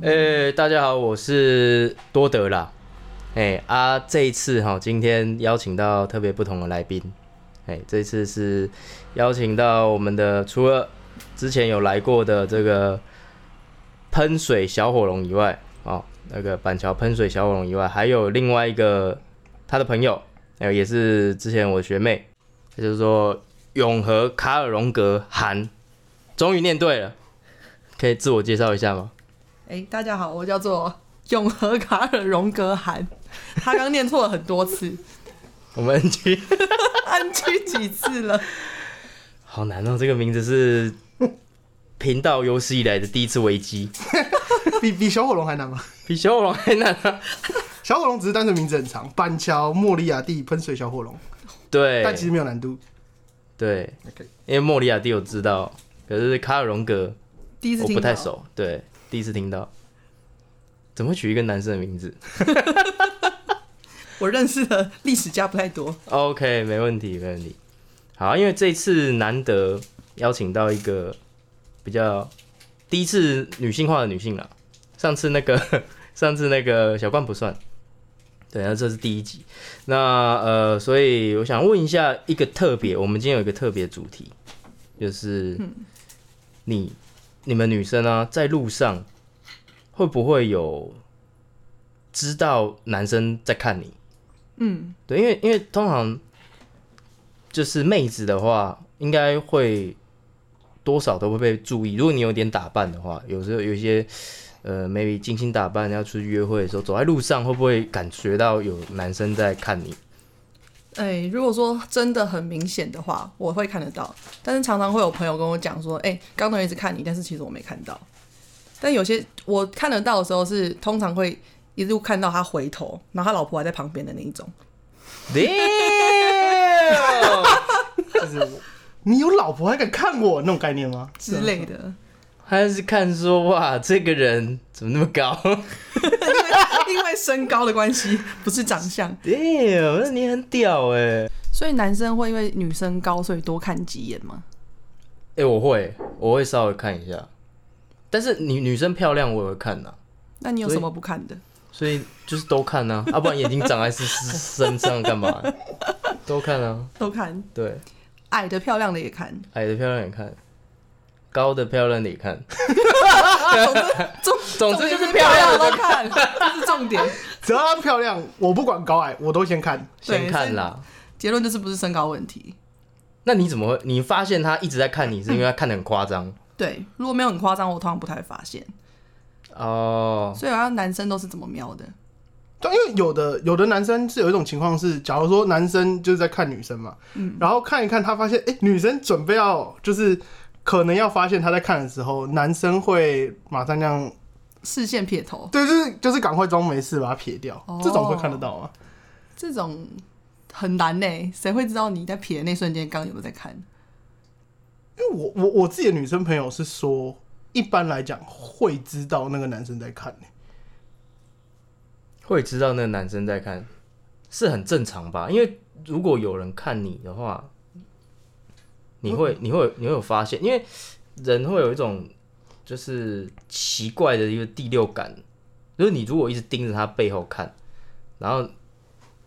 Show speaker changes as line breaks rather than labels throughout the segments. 对，大家好，我是多德啦。哎、啊，这一次哈，今天邀请到特别不同的来宾。哎、这次是邀请到我们的除了之前有来过的这个喷水小火龙以外，哦，那个板桥喷水小火龙以外，还有另外一个他的朋友，还有也是之前我学妹，他就是说永和卡尔荣格韩，终于念对了，可以自我介绍一下吗？
哎、大家好，我叫做永和卡尔荣格涵， 他刚念错了很多次，
我们去。
安居几次了？
好难哦，这个名字是频道有史以来的第一次危机，
比比小火龙还难吗？
比小火龙还难啊！
小火龙只是单纯名字很长，板桥、莫里亚蒂、喷水小火龙，
对
但其实没有难度。
对
OK，
因为莫里亚蒂有知道，可是卡尔荣格
第一次
我
听
不
到
太，熟，对，第一次听到。怎么会取一个男生的名字
我认识的历史家不太多。
？OK，没问题，没问题。好啊，因为这次难得邀请到一个比较第一次女性化的女性了，上次那个 上次那个小冠不算，对，那这是第一集。那呃，所以我想问一下，一个特别，我们今天有一个特别主题，就是你你们女生啊，在路上会不会有知道男生在看你？嗯，对，因为因为通常就是妹子的话，应该会多少都会被注意。如果你有点打扮的话，有时候有一些呃，maybe 精心打扮要出去约会的时候，走在路上会不会感觉到有男生在看你？
哎、如果说真的很明显的话，我会看得到，但是常常会有朋友跟我讲说，哎、刚才一直看你，但是其实我没看到。但有些我看得到的时候是，通常会一路看到他回头，然后他老婆还在旁边的那一种。
Damn！
就是我你有老婆还敢看我那种概念吗？啊
之类的，
嗯他是看说哇，这个人怎么那么高
因为因为身高的关系，不是长相，
？Damn！那你很屌哎、欸！
所以男生会因为女生高，所以多看几眼吗？
哎、我会，我会稍微看一下，但是女女生漂亮我也会看啊呐、
那你有
所以
什么不看的？
所以就是都看呐、啊，不然眼睛长在是身上干嘛？都看啊，
都看，
对，
矮的、漂亮的也看，
矮的漂亮也看，高的漂亮的也看，啊
总
总之就是
总
漂亮的
都看， 这是重点。
只要她漂亮，我不管高矮，我都先看。
对
先看啦。
结论就是不是身高问题。
那你怎么会？你发现他一直在看你，是因为他看得很夸张
对，如果没有很夸张，我通常不太发现。
哦。
所以好像男生都是怎么瞄的？
对，啊因为有的有的男生是有一种情况是，假如说男生就是在看女生嘛，
嗯
然后看一看，他发现哎、诶女生准备要就是可能要发现他在看的时候，男生会马上这样，
视线撇头
对，就是就是赶快装没事把它撇掉，
哦
这种会看得到吗？
这种很难呢、谁会知道你在撇的那瞬间刚刚有没有在看？
因为我我我自己的女生朋友是说，一般来讲会知道那个男生在看、欸
会知道那个男生在看，是很正常吧？因为如果有人看你的话，你
嗯
会你会你会有发现，因为人会有一种就是奇怪的一个第六感，就是你如果一直盯着他背后看，然后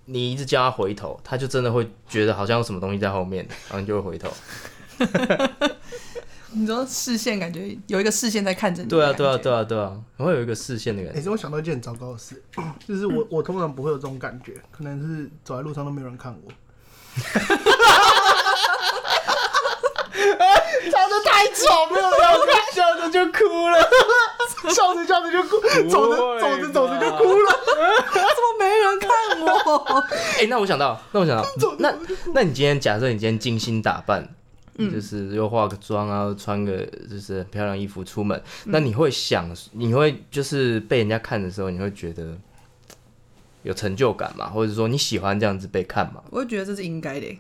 你一直叫他回头，他就真的会觉得好像有什么东西在后面，然后你就会回头。
你说视线感觉有一个视线在看着你的
对啊，
感觉，
对啊，对啊，对啊，会有一个视线的感觉
哎、。欸，我想到一件很糟糕的事， 就是我我通常不会有这种感觉，可能是走在路上都没有人看我。笑的太 丑，没有人要看，笑着就哭了， 笑着笑着就
啊
哭，走着走着走着就哭了。
怎么没人看我？
哎、那我想到，那我想到，那那你今天假设你今天精心打扮，
嗯
就是又化个妆啊，穿个就是很漂亮衣服出门，
嗯
那你会想，你会就是被人家看的时候，你会觉得有成就感吗？或者说你喜欢这样子被看 吗？
我就觉得这是应该的、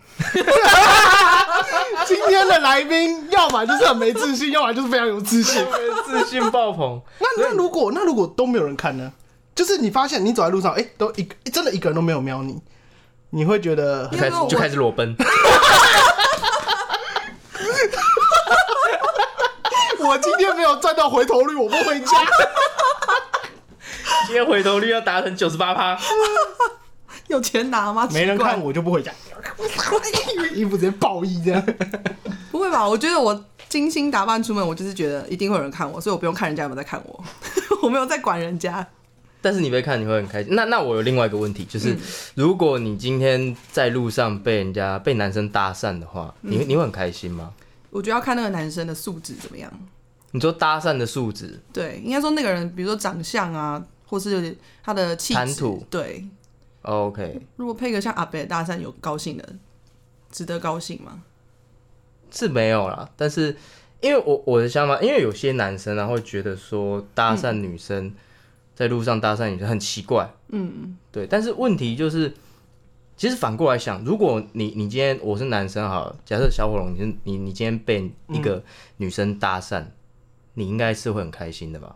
今天的来宾，要么就是很没自信，要么就是非常有自信。
自信爆棚，
那那如果那如果都没有人看呢？就是你发现你走在路上，哎、都一个真的一个人都没有瞄你，你会觉得
就
很
开始
因为我
就开始裸 奔，
我今天没有赚到回头率，我不回家。
面回头率要达成九十八趴，
有钱拿 吗？
没人
奇怪
看我就不回家， 衣服直接爆衣这样。
不会吧？我觉得我精心打扮出门，我就是觉得一定会有人看我，所以我不用看人家有没有在看我， 我没有在管人家。
但是你被看你会很开心。那那我有另外一个问题，就是、如果你今天在路上被人家被男生搭讪的话，你你会很开心吗？
我觉得要看那个男生的素质怎么样。
你说搭讪的素质，
对，应该说那个人，比如说长相啊，或是他的气
谈
质
吐，
对。
哦 OK，
如果配个像阿北的搭讪，有高兴的，值得高兴吗？
是没有啦，但是因为我我的想法，因为有些男生啊会觉得说搭讪女生、在路上搭讪女生很奇怪，嗯，对。但是问题就是，其实反过来想，如果你你今天我是男生好了，假设小火龙你是你你今天被一个女生搭讪，你应该是会很开心的吧？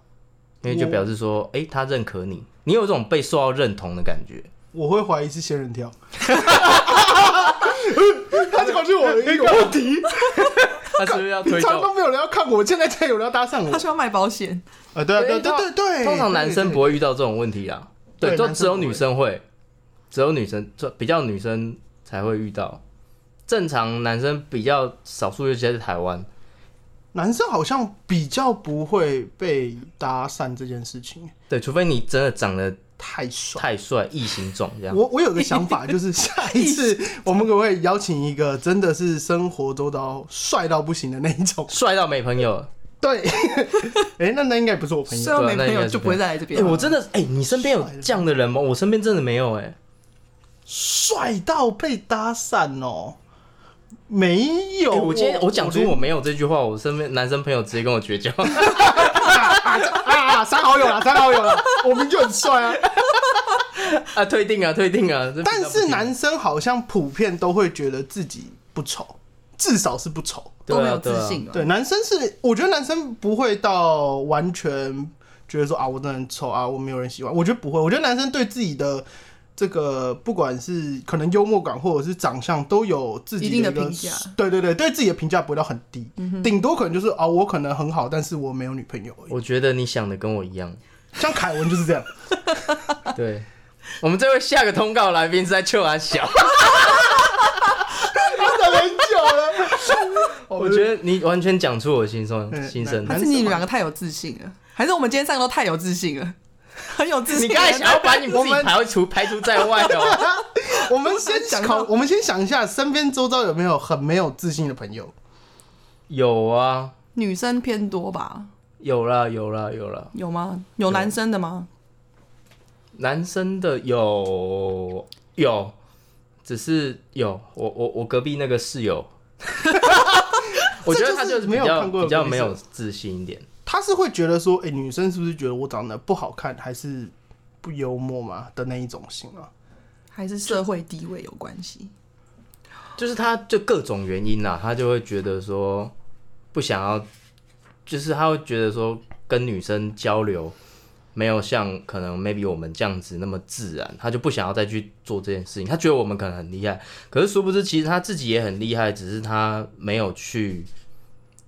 因为就表示说，哎、他认可你，你有一种被受到认同的感觉。
我会怀疑是仙人跳。 他这个是我的一个问题，
他是不是要
平
推
常
销？
都没有人要看我，现在才有人要搭讪
嗯
我
他。需要卖保险，
啊，对啊，对对
通
对对，
通常男生不会遇到这种问题啊，对，
对
就
男
只
生
有
不会
女生会，只有女生，就比较女生才会遇到。正常男生比较少数，尤其在台湾，
男生好像比较不会被搭讪这件事情，
对，除非你真的长得
太帅。
太帅，异形种这样。
我我有个想法， 就是下一次我们可不可以邀请一个真的是生活周到帅到不行的那一种？
帅到没朋友了，
对，哎，那那应该不是我朋
虽
友。
对啊
然没
那
朋
应该
友
是
就不会再来这
哎、
边了。
我真的，哎、你身边有这样的人吗？我身边真的没有、哎，
帅到被搭讪哦，没有。
哎我今天我讲出我
连
没有这句话，我身边男生朋友直接跟我绝交。
啊，删好友了，删好友了， 我们就很帅啊。
啊，退订啊，退订啊！这频道
但
不
是
行
男生好像普遍都会觉得自己不丑，至少是不丑。
对
都
啊
没有自
对啊
信了。
对，男生是，我觉得男生不会到完全觉得说啊，我真的很丑啊，我没有人喜欢。我觉得不会，我觉得男生对自己的这个，不管是可能幽默感或者是长相，都有自己
一定
的
的
一个
评价
对对对，对自己的评价不会到很低，顶、多可能就是啊，我可能很好，但是我没有女朋友而已。
我觉得你想的跟我一样。
像凯文就是这样，
对，我们这位下个通告来宾是在邱安 小。
等很久了。
我觉得你完全讲出我心声，
嗯
心声。
还是你们两个太有自信了，还是我们今天三个都太有自信了，很有自
你
信。
刚才想要把你自
我
己
们
排除排除在外 哦。
我们先
想
考
到，
我们先想一下身边周遭有没有很没有自信的朋友。
有啊，
女生偏多吧？
有啦，有啦，有啦。
有吗？有男生的吗？
男生的有有，只是有我我我隔壁那个室 友，我觉得他就是
没
比
有
较
看过的
比较
隔壁
没
室友
有自信一点。
他是会觉得说，哎、女生是不是觉得我长得不好看，还是不幽默嘛的那一种型啊？
还是社会地位有关系？
就是他就各种原因啦，他就会觉得说不想要，就是他会觉得说跟女生交流没有像可能 maybe 我们这样子那么自然，他就不想要再去做这件事情。他觉得我们可能很厉害，可是殊不知其实他自己也很厉害，只是他没有去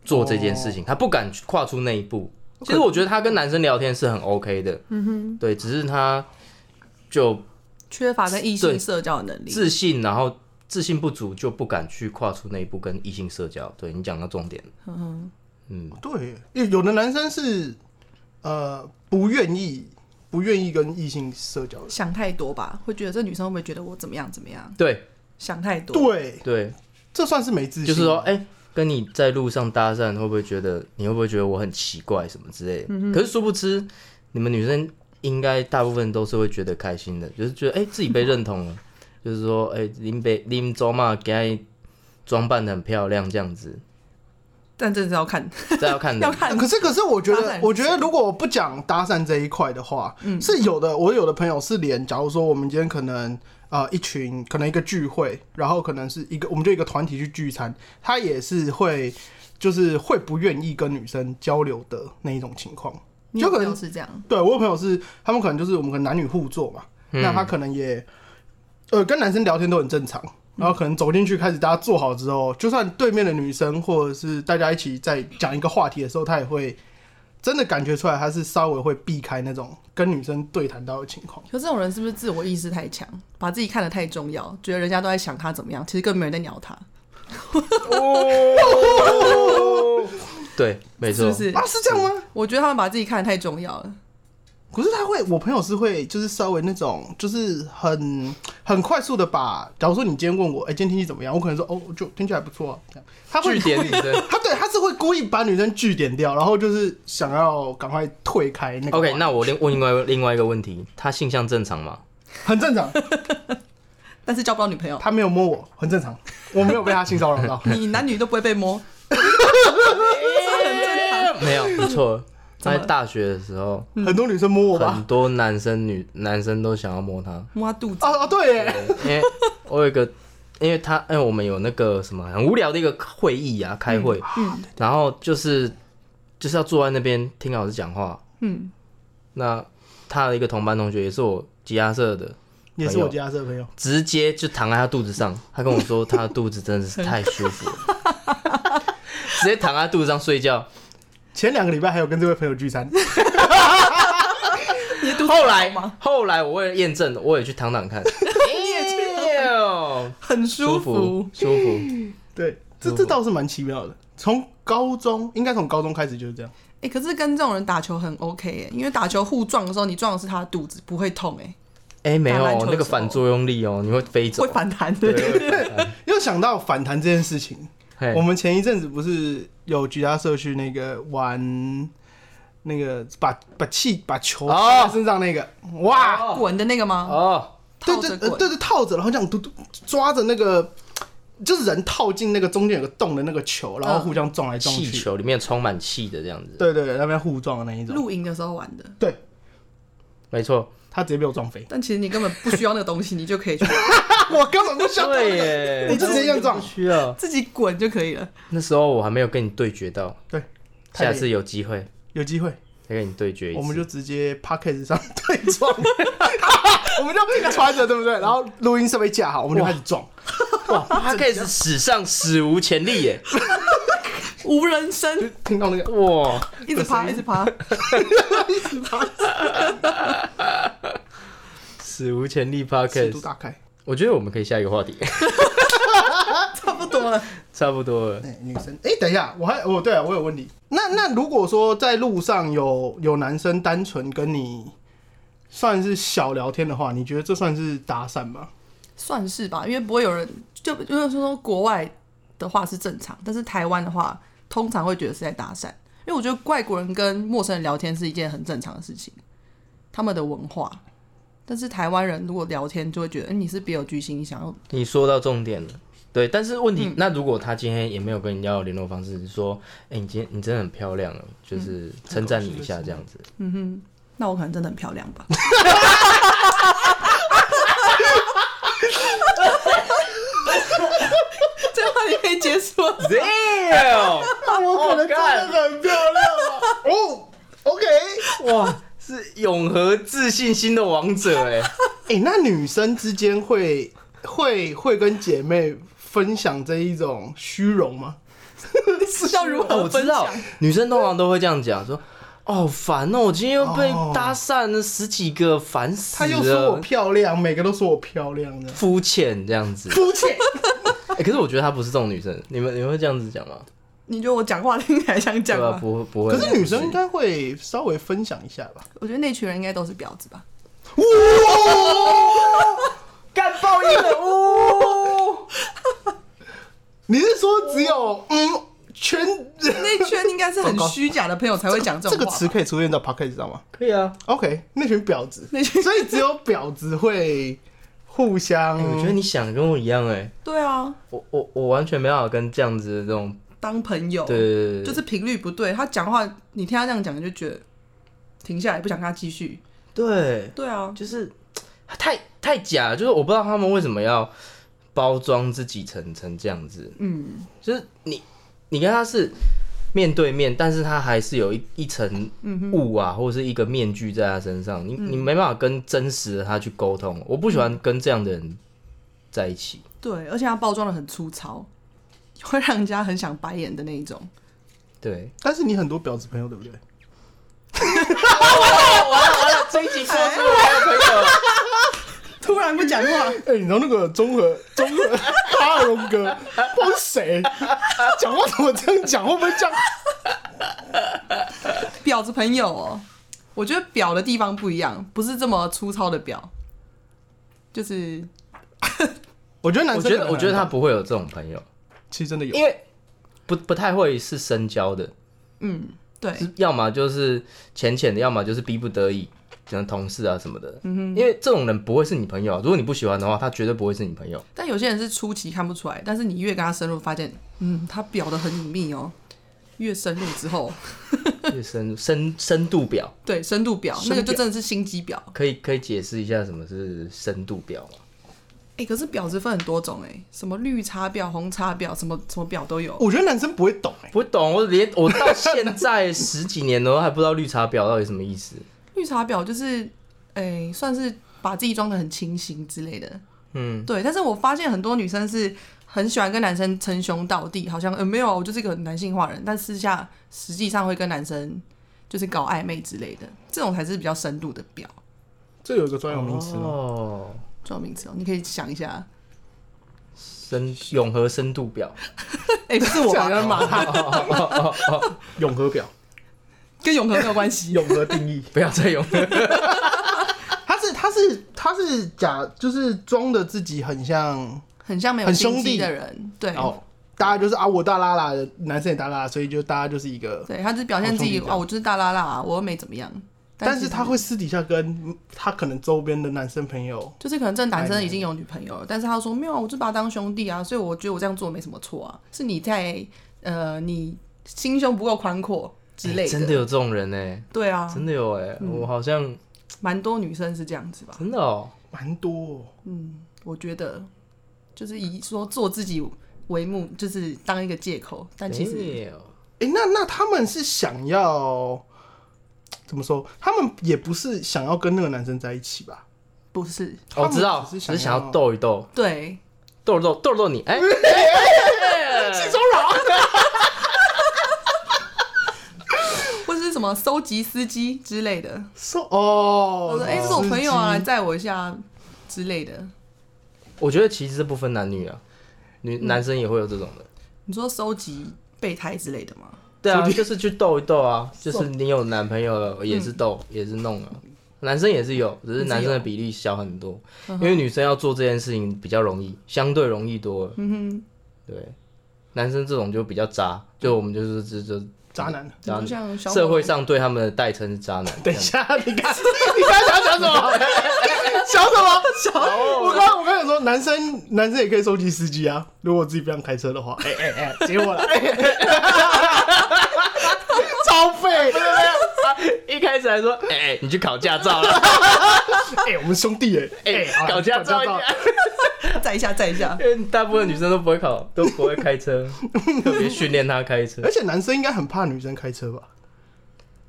做这件事情，他不敢去跨出那一步。其实我觉得他跟男生聊天是很 OK 的，嗯哼，对，只是他就
缺乏跟异性社交的能力。
自信，然后自信不足就不敢去跨出那一步跟异性社交。对你讲到重点，嗯
对，因为有的男生是呃不愿意不愿意跟异性社交的。
想太多吧，会觉得这女生会不会觉得我怎么样怎么样？
对
想太多，
对，
对，
这算是没自信。
就是说，，哎、跟你在路上搭讪，会不会觉得你会不会觉得我很奇怪什么之类的？可是殊不知，你们女生应该大部分都是会觉得开心的，就是觉得哎、自己被认同 了，就是说哎林北林周嘛，给她装扮的很漂亮这样子，
但这是要看，
这要看的
要看
呃可是可是我觉
搭讪
得
是，
我觉得如果不讲搭讪这一块的话，是有的。我有的朋友是连，假如说我们今天可能呃一群可能一个聚会，然后可能是一个我们就一个团体去聚餐，他也是会就是会不愿意跟女生交流的那一种情况，
你
就
有
可
没
能
有是这样，
对我有朋友是，他们可能就是我们可能男女互坐嘛，那他可能也呃跟男生聊天都很正常，然后可能走进去开始大家坐好之后，就算对面的女生或者是大家一起在讲一个话题的时候，他也会真的感觉出来他是稍微会避开那种跟女生对谈到的情况。
可这种人是不是自我意识太强，把自己看得太重要，觉得人家都在想他怎么样，其实根本没人在鸟他，
哦，
对，没
是
错，
不是
啊，？是这样吗？
我觉得他们把自己看得太重要了。
可是他会，我朋友是会，就是稍微那种，就是很很快速的把，假如说你今天问我，哎、今天天气怎么样？我可能说，哦，就天气还不错、啊，这样。他会
据点女 生。
他对他是会故意把女生据点掉，然后就是想要赶快退开那个话题。
OK，那我另问另外另外一个问题，他性向正常吗？
很正常，
但是交不到女 朋友，。
他没有摸我，很正常，我没有被他性骚扰到
你男女都不会被摸，这很正常。
没有，你错了。
么
在大学的时候，
很多女生摸我吧
很？多男生女男生都想要摸她，
摸他肚子，
哦哦，对耶，
因 为我有一个，因为他，因为我们有那个什么很无聊的一个会议啊，开会，
嗯
然后就是就是要坐在那边听老师讲话。
嗯，
那他的一个同班同学也是我吉亚社的，
也是我家这个朋友，
直接就躺在他肚子上，他跟我 说他的肚子真的是太舒服了，直接躺在肚子上睡觉。
前两个礼拜还有跟这位朋友聚餐，
你的肚子
后来
好吗？
后来我为了验证，我也去躺躺 看，哎呦
很
舒
哦舒
服
服，
舒服，
对，这这倒是蛮奇妙的。从高中，应该从高中开始就是这样。
哎、可是跟这种人打球很 OK 哎、因为打球互撞的时候，你撞的是他的肚子，不会痛哎、
哎没有
打篮球的
那个
时候
反作用力哦，你会飞走
会，反弹
对
的。
会反弹
又想到反弹这件事情，
嘿
我们前一阵子不是有其他社区那个玩那个把把气把球
哦
打在身上那个，哇，
哦
滚的那个吗？
哦，
对
套
啊对
着
呃
滚，
对对套着，然后这样嘟嘟抓着那个，就是人套进那个中间有个洞的那个球，然后互相撞来撞
气
去，
球里面充满气的这样子，
对对对，那边互撞的那一种，
露营的时候玩的。
对
没错，
他直接被我撞 飞，
但其实你根本不需要那个东西，你就可以去
我根本不想，
对耶，
你就直接这样撞
不需要。
自己滚就可以了。
那时候我还没有跟你对决到，
对，太累
下次有机会
有机会
再跟你对决一次。
我们就直接 p a c k a g e 上对撞， 我们就穿着对不对？然后录音设备架好，我们就开始撞，哇，
他可以是史上史无前例耶！
无人声，
听到那个
哇，
一直趴，一直趴。
史无前例
尺度
podcast，
大开，
我觉得我们可以下一个话题，
差不多了。
差不多了。
哎、女生，哎、等一下，我还哦，对、啊，我有问题。那那如果说在路上有有男生单纯跟你算是小聊天的话，你觉得这算是搭讪吗？
算是吧，因为不会有人就因为说国外的话是正常，但是台湾的话通常会觉得是在搭讪，因为我觉得外国人跟陌生人聊天是一件很正常的事情，他们的文化。但是台湾人如果聊天就会觉得，哎、你是别有居心，你想要
你说到重点了，对，但是问题，
嗯
那如果他今天也没有跟你要联络方式，说，哎，你今天你真的很漂亮哦，就是
嗯
称赞你一下这样子，
那我可能真的很漂亮吧？ 这样话你可以结束了。
Damn！
我
可能真的
很漂亮啊！哦，OK，
哇，是永和自信心的王者 哎！
哎、那女生之间会会会跟姐妹分享这一种虚荣吗？
要如
哦，
何
我
分
知道
享？，
女生通常都会这样讲说。哦，烦哦！我今天又被搭讪了十几个，烦死
她
了。
又说我漂亮，每个都说我漂亮的，
肤浅这样子、
肤浅。
欸可是我觉得她不是这种女生，你们你们会这样子讲吗？
你觉得我讲啊话听起来像
对
这样
吧？
啊
吗？
不会不会。
可是女生应该会稍微分享一下吧？
我觉得那群人应该都是婊子吧？
哇！
干爆音了，呜！
你是说只有嗯全
那圈应该是很虚假的朋友才会讲这
这
种
个
话吧。
词可以出现在 p o c k e t 上吗
可以啊。
？OK，那群婊子，
那群
所以只有婊子会互相。
欸我觉得你想得跟我一样哎、
对啊，
我我我完全没办法跟这样子的这种
当朋友
对对对对，
就是频率不对，他讲话你听他这样讲，你就觉得停下来，不想跟他继续。
对，
对啊，
就是太太假了，就是我不知道他们为什么要包装自己成成这样子。
嗯，
就是你你跟他是面对面，但是他还是有一一层雾啊，或者是一个面具在他身上，你你没办法跟真实的他去沟通。我不喜欢跟这样的人在一起。
对，而且他包装的很粗糙，会让人家很想白眼的那一种。
对，
但是你很多婊子朋友对不对？
完了完了，这一集说出我的朋友了。
突然不讲话，
哎、你知道那个综合 综合哈尔荣格，不知道是 谁讲话怎么这样讲？会不会这样？
婊子朋友哦，我觉得婊的地方不一样，不是这么粗糙的婊，就是
我觉得男
我
生
觉
可
得
能
我觉得
很
他
难
不会有这种朋友，
其实真的有，
因为不不太会是深交的，
嗯，对，
是要么就是浅浅的，要么就是逼不得已，可能同事啊什么的。嗯、因为这种人不会是你朋友啊，如果你不喜欢的话，他绝对不会是你朋 友。
但有些人是初期看不出来，但是你越跟他深入，发现，嗯，他表的很隐秘哦。越深入之后，
越深深深度表，
对深度表
深
那
表
个就真的是心机表。
可以可以解释一下什么是深度表吗？
哎、可是表子分很多种哎、什么绿茶表、红茶表，什么什么表都有。
我觉得男生不会懂哎、
不懂，我连我到现在十几年了，还不知道绿茶婊到底什么意思。
绿茶表就是，哎、算是把自己装的很清醒之类的。
嗯，
对，但是我发现很多女生是很喜欢跟男生称兄道弟，好像嗯、呃没有啊，我就是一个很男性化人，但私下实际上会跟男生就是搞暧昧之类的，这种才是比较深度的表。
这有一个专有名词吗？
哦，
专有名词哦，你可以想一下。
深永和深度表，
哎、不是我
这样
吧？
骂 他，永和表，
跟永和没有关系。
永和定义，
不要再永和。
他是他是他是假，就是装的自己很像
很像没有
很兄
心机
弟
的人，对，
哦，大家就是啊，我大拉拉的，男生也大拉拉，所以就大家就是一个，
对，他只表现自己
好兄弟这
啊，
样
我就是大拉拉啊，我又没怎么样。
但
其
是
实
他会私底下跟他可能周边的男生朋友，
就是可能这男
哎
生已经有女朋友了，但是他说没有啊，我就把他当兄弟啊，所以我觉得我这样做没什么错啊，是你在呃你心胸不够宽阔之类
哎真的有这种人哎，
对啊，
真的有哎，我好像
蛮多女生是这样子吧？
真的哦，
蛮多、哦。
嗯，我觉得就是以说做自己为目，就是当一个借口，但其实
Damn
哎、那那他们是想要怎么说？他们也不是想要跟那个男生在一起吧？
不是。
哦我知道
他，们
只
只是
是
想要
想要逗一逗，
对，
逗逗逗逗你，哎，
性骚扰？
或者是什么收集司机之类的，
说哦，
我说：“哎、这是我朋友啊，来载我一下之类的。
我觉得其实这不分男女啊，女男生也会有这种的。”
你说收集备胎之类的吗？
对啊，
说不定
就是去逗一逗啊，就是你有男朋友了也是逗，也是弄啊。男生也是有，只是男生的比例小很多，因为女生要做这件事情比较容易，相对容易多了。嗯哼，对，男生这种就比较渣，就我们就是这这
渣男。
渣
就像小
社
伙
会
子
上对他们的代称是渣男。
等一下，你刚你刚才想讲什 么？想什么？想我刚我刚想说，男生男生也可以收集司机啊，如果我自己不想开车的话。哎哎哎，结果了，哎 超废。
一开始还说，哎、哎你去考驾照了，
哎，我们兄弟哎
哎、
哎，好啦
考驾照一下。
载一下，载一下。
因为大部分女生都不会考，都不会开车，特别训练她开车
而。且男生应该很怕女生开车吧？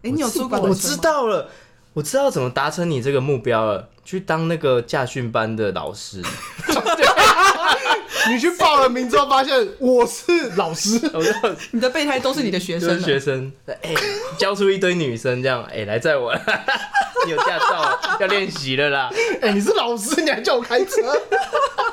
哎、你有出国？
我知，道了，我知道怎么达成你这个目标了，去当那个驾训班的老师。
你去报了名之后，发现我是老师，
我知道
你的备胎都是你的学
就
生啊
是
了。
学生，啊哎、教出一堆女生这样，哎、来载我啦， 你有驾照了，要练习了啦。
哎、你是老师，你还叫我开车？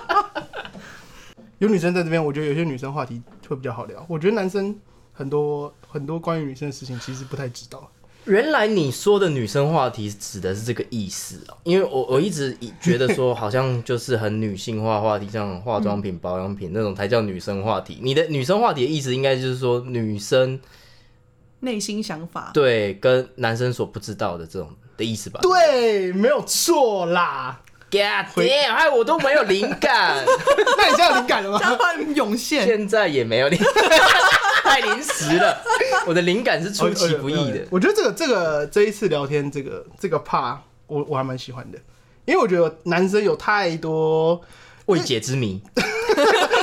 有女生在这边，我觉得有些女生话题会比较好聊。我觉得男生很多很多关于女生的事情，其实不太知道。
原来你说的女生话题指的是这个意思哦，因为我我一直以觉得说好像就是很女性化话题，像化妆品、保养品那种才叫女生话题。你的女生话题的意思应该就是说女生
内心想法，
对跟男生所不知道的这种的意思吧？
对，没有错啦。
God damn！哎，我都没有灵感，
那你现在有灵感了吗？
想法涌现。
现在也没有灵，太临时了。我的灵感是出其不意的。
我觉得这个这个这一次聊天这个这个 part，我我还蛮喜欢的，因为我觉得男生有太多
未解之谜，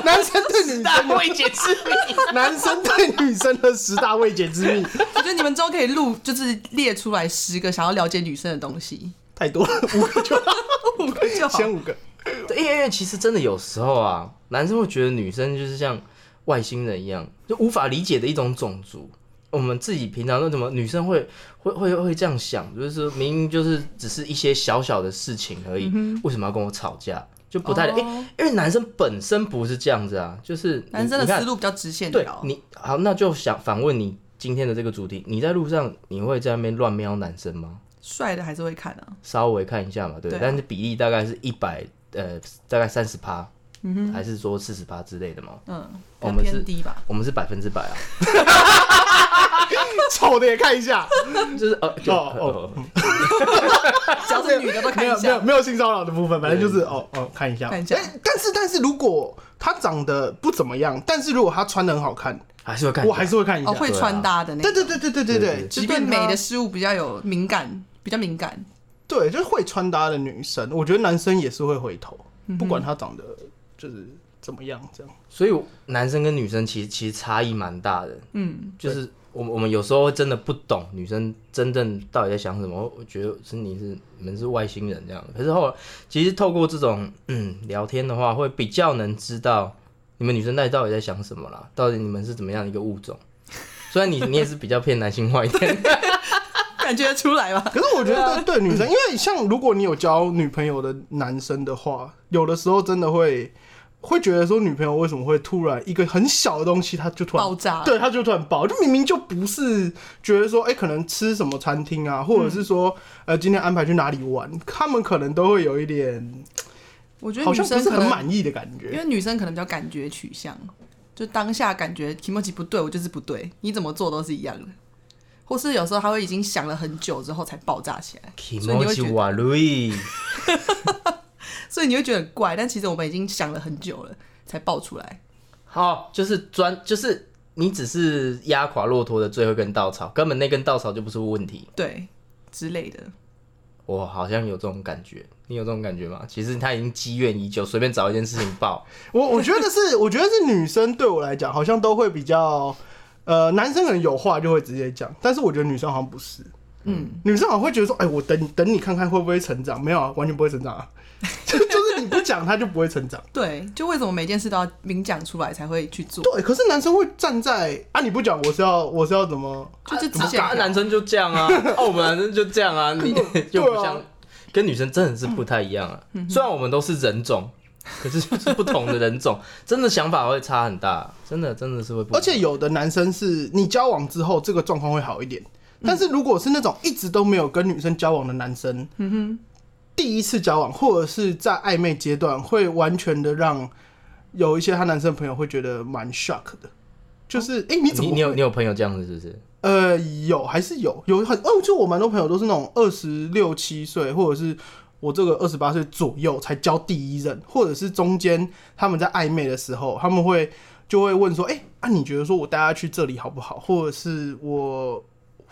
男生对女
大
生
未解之谜。
的男生对女生的十大未解之谜
我觉得你们之后可以录，就是列出来十个想要了解女生的东西，
太多了，五个就好，
五个就好。
先五个。
对，因为因为其实真的有时候啊，男生会觉得女生就是像外星人一样，就无法理解的一种种族。我们自己平常那怎么女生会会会会这样想，就是明明就是只是一些小小的事情而已，为什么要跟我吵架？就不太理、
嗯哦
因为因为男生本身不是这样子啊，就是你
男生的
你看
思路比较直线
对
条，
你好，那就想反问你今天的这个主题，你在路上你会在那边乱瞄男生吗？
帅的还是会看啊。
稍微看一下嘛，对，
对啊
但是比例大概是一百呃，大概三十趴，还是说四十趴之类的嘛？
嗯，
我
比较
们是
偏低吧。
我们是百分之百啊，
丑的也看一下，
就是呃，就
哦哦
呃
只要是女的都看
没
一
有没有
下，
没有性骚扰的部分，反正就是哦哦看一下。
看一下
哎但是但是如果他长得不怎么样，但是如果他穿的很好看，
还是会看一下，
我还是会看一下
哦，。会穿搭的那
对
种，
对对对对对
对对
对，
对
就
即
对
便
美
她
的事物比较有敏感，比较敏感。
对，就是会穿搭的女生，我觉得男生也是会回头，
嗯
不管她长得就是怎么样， 这样。
所以男生跟女生其实其实差异蛮大的，
嗯，
就是我们我们有时候会真的不懂女生真正到底在想什么，我我觉得是你是你们是外星人这样。可是后来其实透过这种嗯聊天的话，会比较能知道你们女生到底到底在想什么啦，到底你们是怎么样一个物种。虽然你你也是比较偏男性化一点，
感觉得出来吧？
可是我觉
啊
得对对 女生，因为像如果你有交女朋友的男生的话，有的时候真的会会觉得说女朋友为什么会突然一个很小的东西，她就突然
爆炸
对，她就突然爆，就明明就不是觉得说哎、可能吃什么餐厅啊，或
嗯
者是说、呃今天安排去哪里玩，他们可能都会有一点
我觉得
好
女
像不
生
是
可
很
能，
满意的感
因
觉。
为女生可能比较感觉取向，就当下感觉 i m o j i 不对，我就是不对，你怎么做都是一样的。或是有时候她会已经想了很久之后才爆炸起来，
気
所以你
持
会觉
ち
得
悪い。
所以你会觉得很怪，但其实我们已经想了很久了才爆出来。
好，就是专就是你只是压垮骆驼的最后一根稻草，根本那根稻草就不是问题。
对之类的。
我好像有这种感觉，你有这种感觉吗？其实他已经积怨已久，随便找一件事情爆。
我我觉得是，我觉得是女生对我来讲好像都会比较。呃，男生可能有话就会直接讲，但是我觉得女生好像不是。
嗯，
女生好像会觉得说，哎、我等等你看看会不会成长？没有啊，完全不会成长啊， 就就是你不讲，他就不会成长。
对，就为什么每件事都要明讲出来才会去做？
对，可是男生会站在啊，你不讲，我是要我是要怎么？
就是直
怎么
线条
啊男生就这样啊，哦，我们男生就这样啊，你就不像、跟女生真的是不太一样啊。虽然我们都是人种，可是就是不同的人种， 真的想法会差很大，真的真的是会不同。
而且有的男生是你交往之后，这个状况会好一点。但是如果是那种一直都没有跟女生交往的男生，嗯哼，第一次交往或者是在暧昧阶段，会完全的让有一些他男生朋友会觉得蛮 shock 的，就是哎、你怎
哦你
么会
你有你有朋友这样子是不是？
呃，有还是有，有很哦，就我蛮多朋友都是那种二十六七岁，或者是我这个二十八岁左右才交第一任，或者是中间他们在暧昧的时候，他们会就会问说，哎、啊，你觉得说我带他去这里好不好，或者是我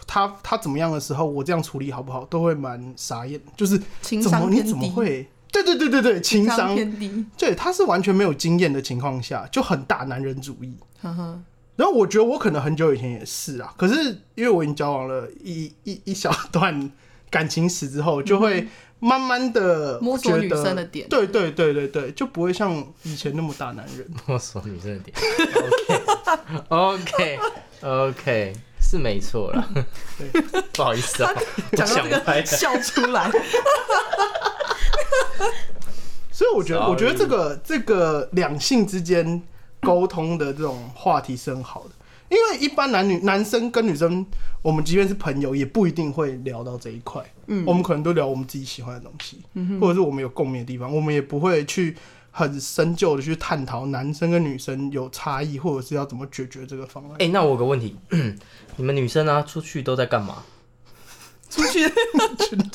他他怎么样的时候，我这样处理好不好，都会蛮傻眼，就是
情
怎么
商
你
偏
怎么
低，
会？对对对对对，情
情
商
偏低，
对他是完全没有经验的情况下，就很大男人主义。
呵呵，
然后我觉得我可能很久以前也是啊，可是因为我已经交往了一一一小段感情史之后，就会慢慢的
嗯摸索女生的 点
对对对对对，就不会像以前那么大男人。
我说女生的点。OK OK OK，是没错啦。不好意思啊，我
讲到
想
这
歪
个
了。
笑出来，
所以我觉得，
Sorry
我觉得这个这个两性之间沟通的这种话题是很好的，因为一般男女男生跟女生，我们即便是朋友，也不一定会聊到这一块。嗯，我们可能都聊我们自己喜欢的东西，
嗯
或者是我们有共鸣的地方，我们也不会去很深究的去探讨男生跟女生有差异，或者是要怎么解决这个方案。
哎、那我有个问题，你们女生啊出去都在干嘛？
出去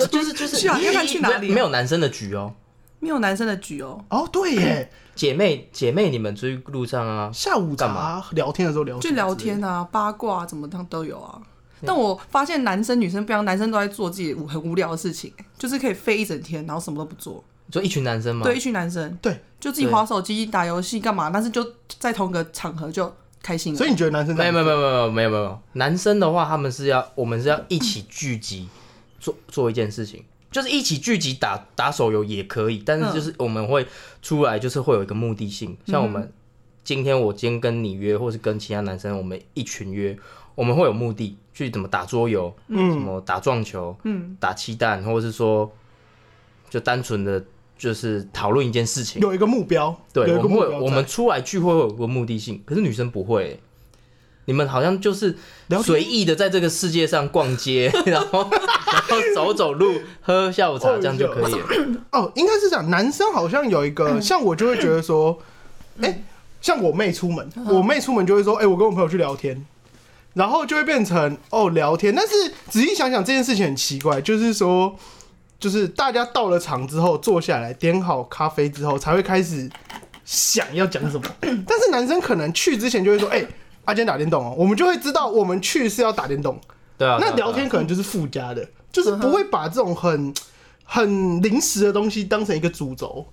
就是就是
去啊要看去哪里啊
没有男生的局哦，
没有男生的局哦，
哦，对耶，
姐妹姐妹你们出去路上啊，
下午
嗯干
茶聊天的时候聊什
就
么
聊
之类的
天啊、八卦啊怎么样都有啊。但我发现男生女生不一样，男生都在做自己很无聊的事情，就是可以飞一整天，然后什么都不做。
就一群男生嘛，
对，一群男生
嗯对，
就自己划手机、打游戏干嘛，但是就在同个场合就开心了。
所以你觉得男生
没有没有没有没有没有没有，男生的话他们是要我们是要一起聚集做做一件事情，就是一起聚集打打手游也可以，但是就是我们会出来就是会有一个目的性，像我们今天我今天跟你约，或是跟其他男生我们一群约，我们会有目的去怎么打桌游，什
嗯，
么打撞球、
嗯，
打气弹，或者是说就单纯的就是讨论一件事情。
有一个目标，
对，
有一
我
个
们
目
会
标在。
我们出来聚会会有个目的性，可是女生不会欸、你们好像就是
聊天
随意的在这个世界上逛街， 然后然后走走路、喝下午茶，这样就可以 了。
哦，应该是这样，男生好像有一个，像我就会觉得说，哎、像我妹出门，我妹出门就会说，哎、我跟我朋友去聊天，然后就会变成哦聊天。但是仔细想想这件事情很奇怪，就是说，就是大家到了场之后坐下来点好咖啡之后，才会开始想要讲什么。但是男生可能去之前就会说，哎、阿、啊、今天打电动哦，我们就会知道我们去是要打电动，
对啊，对啊
那聊天可能就是附加的，就是不会把这种很很临时的东西当成一个主轴。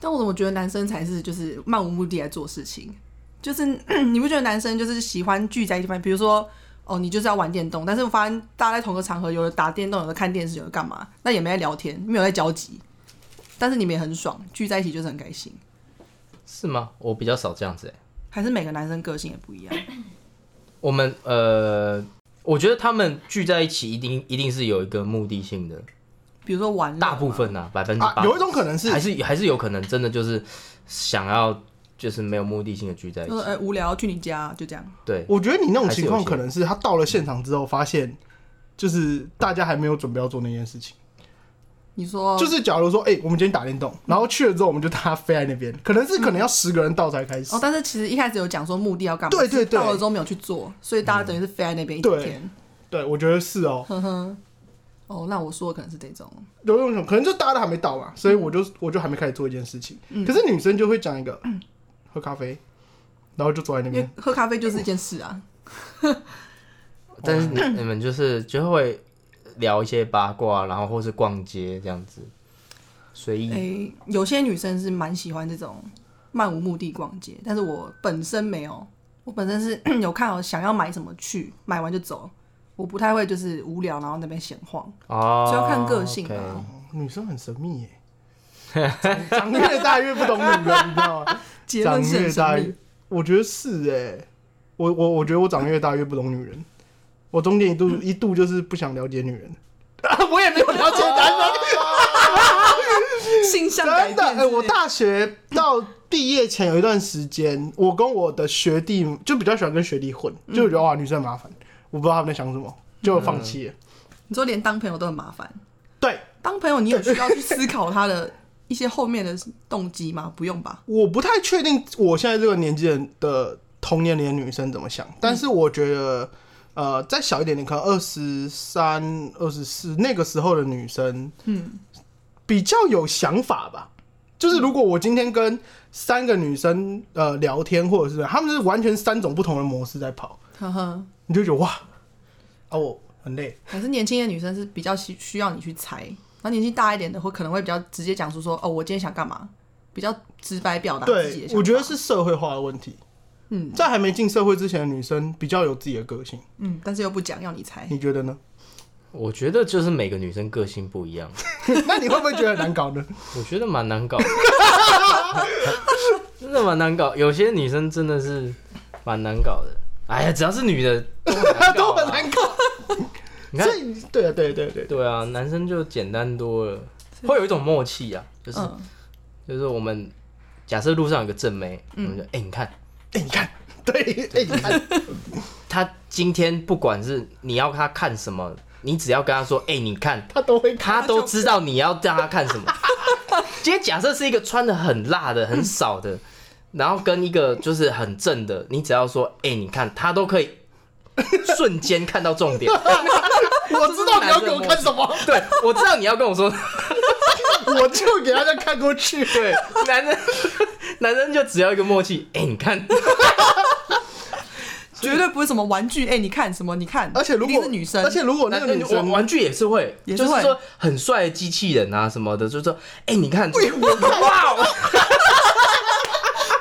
但我怎么觉得男生才是就是漫无目的来做事情？就是 你不觉得男生就是喜欢聚在一起吗？比如说哦，你就是要玩电动，但是我发现大家在同个场合，有的打电动，有的看电视，有的干嘛，那也没在聊天，没有在交集，但是你们也很爽，聚在一起就是很开心。
是吗？我比较少这样子、欸。
还是每个男生个性也不一样，
我们呃，我觉得他们聚在一起一定一定是有一个目的性的，
比如说玩乐嘛
大部分啊，百分之
啊
八，
有一种可能是
还是还是有可能真的就是想要就是没有目的性的聚在一
就
起
是。哎、无聊去你家就这样，
对，
我觉得你那种情
还是有
况
些
可能是他到了现场之后发现，就是大家还没有准备要做那件事情。
你
哦
说
就是假如说，哎、我们今天打电
嗯
动，然后去了之后我们就大家飞在那边，可能是可能要十个人到才开
嗯
始
哦，。但是其实一开始有讲说目的要干嘛，
对对对嗯
到了之后没有去做，所以大家等于是飞在那边一整
对
天。
对，我觉得是哦、
呵呵，哦，那我说的可能是这种，
有一种可能就大家都还没到
嗯
嘛，所以我就我就还没开始做一件事情。可是女生就会讲一个
嗯
喝咖啡，然后就坐在
因
那
为
边。
喝咖啡就是一件事啊。
但是你你们就是就会聊一些八卦，然后或是逛街这样子，随
嗯
意。
诶、有些女生是蛮喜欢这种漫无目的逛街，但是我本身没有，我本身是 有看好想要买什么去，买完就走。我不太会就是无聊，然后那边闲晃，
哦，
就要看个性啊
OK
哦女生很神秘耶、长越大越不懂女人，你知道吗？
结
长
论是
越
很
大
神
越
秘。，
我觉得是哎、我我我觉得我长越大越不懂女人，我中间一度一度就是不想了解女人，我也没有了解男人，
性向改
真的
变
哎、
之类的，
我大学到毕业前有一段时间，我跟我的学弟就比较喜欢跟学弟混，就我觉得
嗯
哇女生很麻烦，我不知道他们在想什么，就放弃了。
嗯你说连当朋友都很麻烦，
对，
当朋友你有需要去思考他的一些后面的动机吗？不用吧。
我不太确定我现在这个年纪人的同年龄的女生怎么想，但是我觉得，呃，再小一点点，可能二十三、二十四那个时候的女生
嗯，
比较有想法吧。就是如果我今天跟三个女生呃聊天，或者是她们是完全三种不同的模式在跑，
呵呵，
你就觉得哇，啊我很累，
可是年轻的女生是比较需需要你去猜，然后年纪大一点的会可能会比较直接讲出说，哦，我今天想干嘛，比较直白表达自己的想，
对
法。
我觉得是社会化的问题。
嗯，
在还没进社会之前的女生比较有自己的个性，
嗯，但是又不讲要你猜，嗯
你觉得呢？
我觉得就是每个女生个性不一样，
那你会不会觉得很难搞呢？，
我觉得蛮难搞的， 真的蛮难搞。有些女生真的是蛮难搞的。哎呀，只要是女的都很难搞、啊
都很难搞。
你看
所，以，对啊，对对对对，
对啊，男生就简单多了，会有一种默契啊，就是、
嗯，
就是我们假设路上有个正妹，
嗯
我们就哎、你看
哎，你看，对，哎，你看，
她今天不管是你要她看什么，你只要跟她说 哎、你看，
他都 会看。
她都知道你要让她看 什么。今天假设是一个穿的很辣的、很少 的，然后跟一个就是很正的，你只要说哎、你看，她都可以瞬间看到重 点。
我知道你要给我看什么，
对，我知道你要跟我说
我就给大家看过去。
对，男人男人就只要一个默契，哎、你看，
绝对不是什么玩具，哎、你看什么？你看，
而且如
一定
果
是女生，
而且如果哦那
男
个女生
玩，玩具也是会，
也是
就是
会
说很帅的机器人啊什么的，就是说，哎、你看，
哇哦，
啊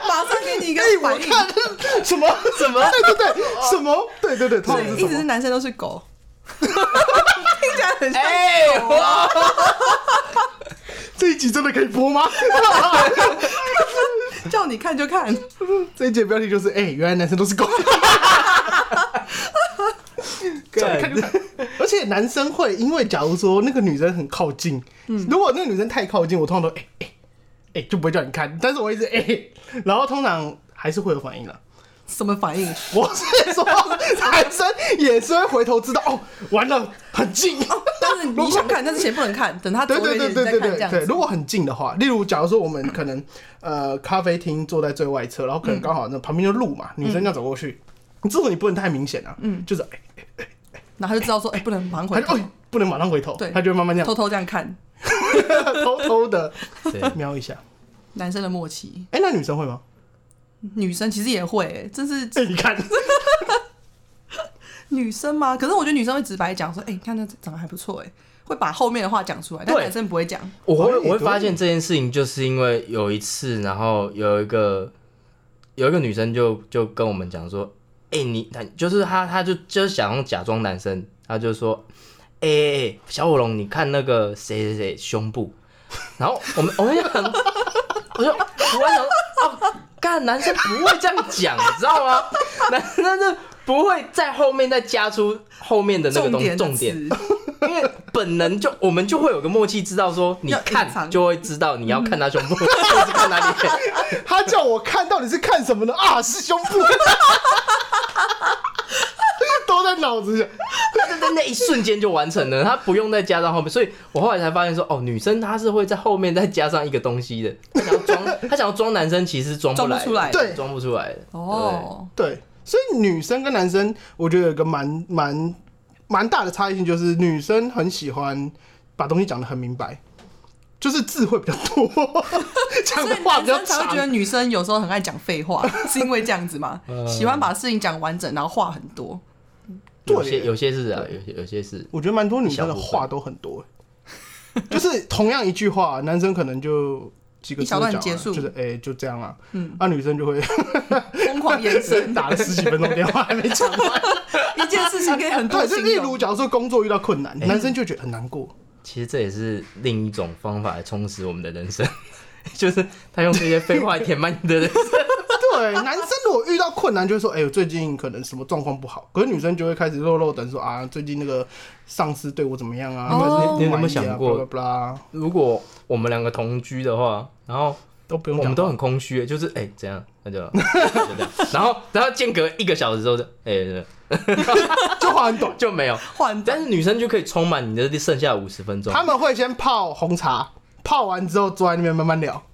马上给你一个
哎我
反应，
看什么什么，对对对，什么，对对对，他
对，一直是男生都是狗， 听起来很像
哎、哇，
这一集真的可以播吗？
叫你看就看，
这一集的标题就是，哎，原来男生都是狗。看 看就看。而且男生会，因为假如说那个女生很靠近，如果那个女生太靠近，我通常都哎哎哎就不会叫你看，但是我一直哎、欸然后通常还是会有反应的。
什么反应？
我是说，男生也是会回头知道哦，完了很近。
但 是你想看，但是前不能看，等他走
对
远
对
一
对
点
对
再
对
看这
对
样
对，
子。
如果很近的话，例如假如说我们可能呃咖啡厅坐在最外侧，然后可能
嗯
刚好那旁边就路嘛，女生要走过去，你这种你不能太明显啊，嗯，就是哎，
然后他就知道说，哎，不能忙
他
回
就
头，
哎不能马上回头，
对
他就会慢慢这样
偷偷这样看，
偷偷的
对，
瞄一下。
男生的默契，
哎，那女生会吗？
女生其实也会、欸，真是
哎，你看，
女生吗？可是我觉得女生会直白讲说，哎、你看她长得还不错，哎，会把后面的话讲出来，但
对
男生不会讲。
我
哎
会我会
对
发现这件事情，就是因为有一次，然后有一个有一个女生就就跟我们讲说，哎、你她就是她，她就就想要假装男生，她就说，哎、欸欸小火龙，你看那个谁谁谁胸部，然后我们我们就很，我就我还想说啊，干男生不会这样讲，你知道吗？男生是不会在后面再加出后面的那个
重
东西
点的
重点，
词
因为本能就我们就会有个默契，知道说你
要隐
看
藏
就会知道你要看他胸 部，或是看哪里。
他叫我看到底是看什么呢？啊，是胸部， 都在脑子里。
但在那一瞬间就完成了，他不用再加上后面。所以我后来才发现说，哦，女生她是会在后面再加上一个东西的。她想要 装，她想要装男生，其实装
装不
来的，
出来
对
装不出来的。
哦，
对，所以女生跟男生，我觉得有一个蛮蛮蛮大的差异性，就是女生很喜欢把东西讲得很明白，就是字会比较 多，讲
所
的
以
话
男
比较
生才会觉。
长
得女生有时候很爱讲废话，是因为这样子吗？
呃
喜欢把事情讲完整，然后话很多。
对，有些
对
有些是啊，有些有些是。
我觉得蛮多女生的话都很多、就是同样一句话，男生可能就几个字
一小段
讲完
结束
就是哎、就这样啊，嗯，啊女生 就会
疯狂延 伸，
打了十几分钟 电话还没讲完，
一件事情可以很哦多
对，就例
形
如
容。
假如说工作遇到困难，
哎
男生就觉得很难过，
其实这也是另一种方法来充实我们的人生， 就是他用这些废话来填满你的人生。
对，男生如果遇到困难，就会说：“哎、呦，最近可能什么状况不好。”可是女生就会开始肉肉等说：“啊，最近那个上司对我怎么样啊？”
哦
你你有没有想过
不啦，
如果我们两个同居的话，然后
都不用
我
讲
们都很空虚，就是哎、怎样，那就 就这样，然后然后间隔一个小时之后就哎、对
就话很短。
就没 有，
换
但是女生就可以充满你的剩下五十分钟
他。们会先泡红茶，泡完之后坐在那边慢慢聊。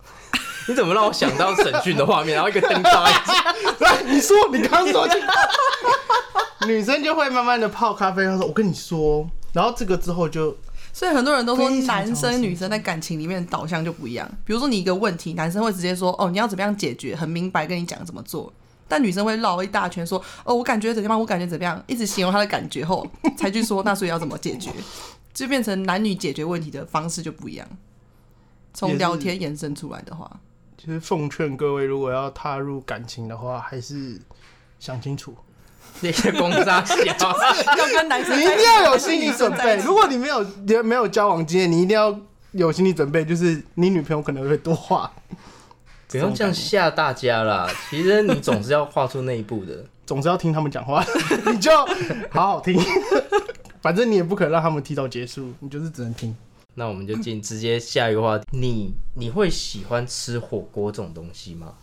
你怎么让我想到审讯的画 面，然后一个灯照在一起？
来，你说，你刚刚说去 泡女生就会慢慢的泡咖啡，她说：“我跟你说。”然后这个之后就
所以很多人都说
非，常
男
常
生女生在感情里面导向就不一样。比如说你一个问题，男生会直接说：“哦，你要怎么样解决？”很明白跟你讲怎么做。但女生会绕一大圈说：“哦，我感觉怎么样？我感觉怎么样？”一直形容她的感觉后，才去说那所以要怎么解决， 就变成男女解决问题的方式就不一样。
也
从
是
聊天延伸出来的话，
就是奉劝各位，如果要踏入感情的话，还是想清楚。
那些公杀小，
要跟男生
你一
在一
定
起
要有
还是
心
女
理
生
准
在
备。
一起
如果你没有也没有交往经验，你一定要有心理准备，就是你女朋友可能会多话。
不用这样吓大家啦。其实你总是要跨出那一步的。
总是要听他们讲话，你就好好听。 反正你也不可能让他们提早结束，你就是只能听。
那我们就进直接下一个话题。你你会喜欢吃火锅这种东西吗？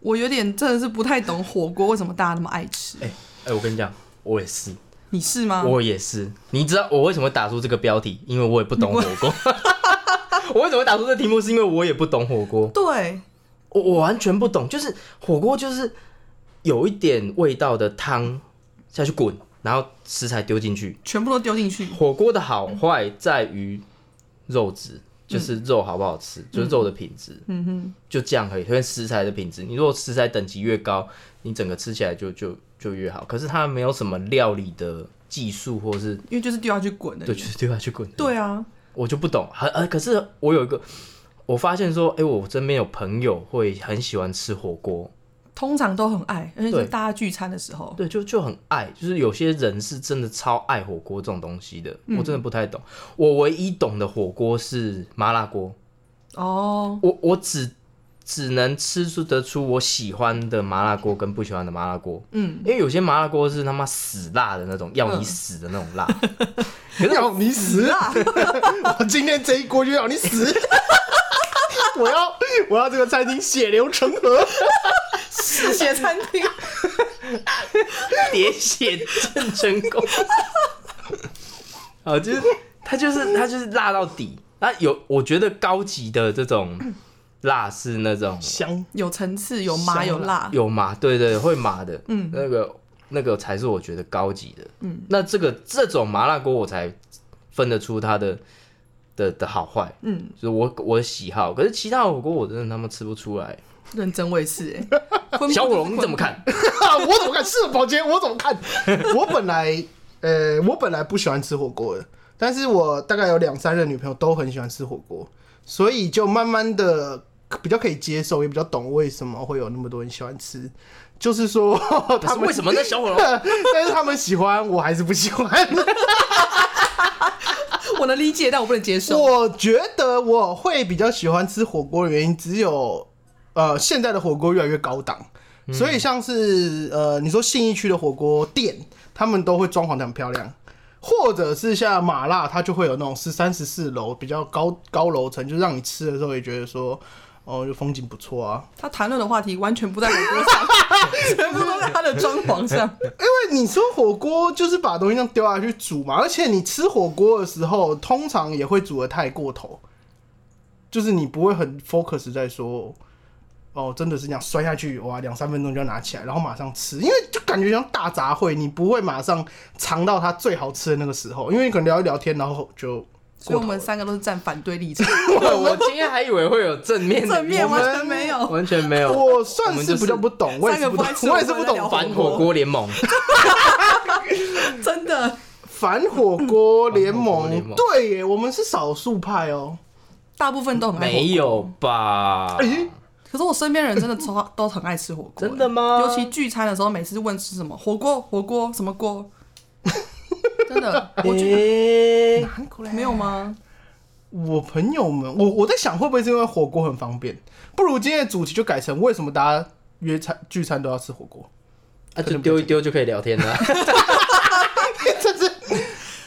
我有点真的是不太懂火锅为什么大家那么爱吃。
哎、哎、我跟你讲，我也是。
你是吗？
我也是，你知道我为什么打出这个标题？因为我也不懂火锅。 我为什么打出这题目？是因为我也不懂火锅，
对，
我我完全不懂。就是火锅就是有一点味道的汤下去滚，然后食材丢进去。
全部都丢进去。
火锅的好坏在于肉质，就是肉好不好吃，就是肉的品质，
嗯哼，
就这样而已。跟食材的品质，你如果食材等级越高，你整个吃起来就就就越好。可是它没有什么料理的技术，或是
因为就是丢下去滚的。
对，就是丢下去滚。
对啊，
我就不懂，很呃，可是我有一个，我发现说，哎、我身边有朋友会很喜欢吃火锅，
通常都很爱，而且
对
是大家聚餐的时候，
对，就就很爱，就是有些人是真的超爱火锅这种东西的，我
嗯
真的不太懂。我唯一懂的火锅是麻辣锅，
哦，
我我只只能吃出得出我喜欢的麻辣锅跟不喜欢的麻辣锅，
嗯，
因为有些麻辣锅是他妈死辣的那种，要你
嗯
死的那种辣。
要你死！ 我今天这一锅就要你死！我要我要这个餐厅血流成河，
嗜血餐厅，
喋血正成 功。啊，就是它就是它就是辣到底。那有我觉得高级的这种辣是那种
香
有层次，有麻，有辣，
有麻，对对会麻的，
嗯
那个那个才是我觉得高级的。嗯，那这个这种麻辣锅我才分得出它的的的好坏，
嗯，
就是我我的喜好。可是其他火锅我真的他妈吃不出来。
认真 卫视哎，
小火龙你怎么？看？
我怎么看？是的，宝洁，我怎么看？我本来，呃，我本来不喜欢吃火锅的，但是我大概有两三任女朋友都很喜欢吃火锅，所以就慢慢的比较可以接受，也比较懂为什么会有那么多人喜欢吃。就是说，
可是
他们
为什么呢？小火 龙
但是他们喜欢，我还是不喜欢。
我能理解，但我不能接受。
我觉得我会比较喜欢吃火锅的原因，只有呃，现在的火锅越来越高档，
嗯
所以像是呃，你说信义区的火锅店，他们都会装潢的很漂亮。或者是像麻辣，它就会有那种十三十四楼比较高高楼层，就让你吃的时候也觉得说，哦，就风景不错啊。
他谈论的话题完全不在火锅 上，全部都在他的装潢上。
因为你说火锅就是把东西这样丢下去煮嘛，而且你吃火锅的时候，通常也会煮的太过头，就是你不会很 focus 在说，哦，真的是这样摔下去，哇，两三分钟就要拿起来，然后马上吃，因为就感觉像大杂烩，你不会马上尝到它最好吃的那个时候，因为你可能聊一聊天，然后就
所以
过
我
头
们
了。
三个都是站反对立场，
我我今天还以为会有 正面的，
正面
我们
完全没有。
完全没有。
我算
我们
是
就是
比较不懂，我也是不懂
三个不爱，吃
我也是
火锅
不
在聊
懂
反火锅联盟，
真的
反火锅 联
反火锅联
盟
盟。
对耶，我们是少数派哦。
大部分都很爱火锅
没有吧？
诶
可是我身边人真的超都很爱吃火锅、欸
真的吗
尤其聚餐的时候，每次问吃什么火锅，火锅什么 锅，真的，我觉得
诶
韩国
没有吗？
我朋友们，我我在想会不会是因为火锅很方便，不如今天的主题就改成为什么大家约餐聚餐都要吃火锅？
啊，就丢一丢就可以聊天了。
这是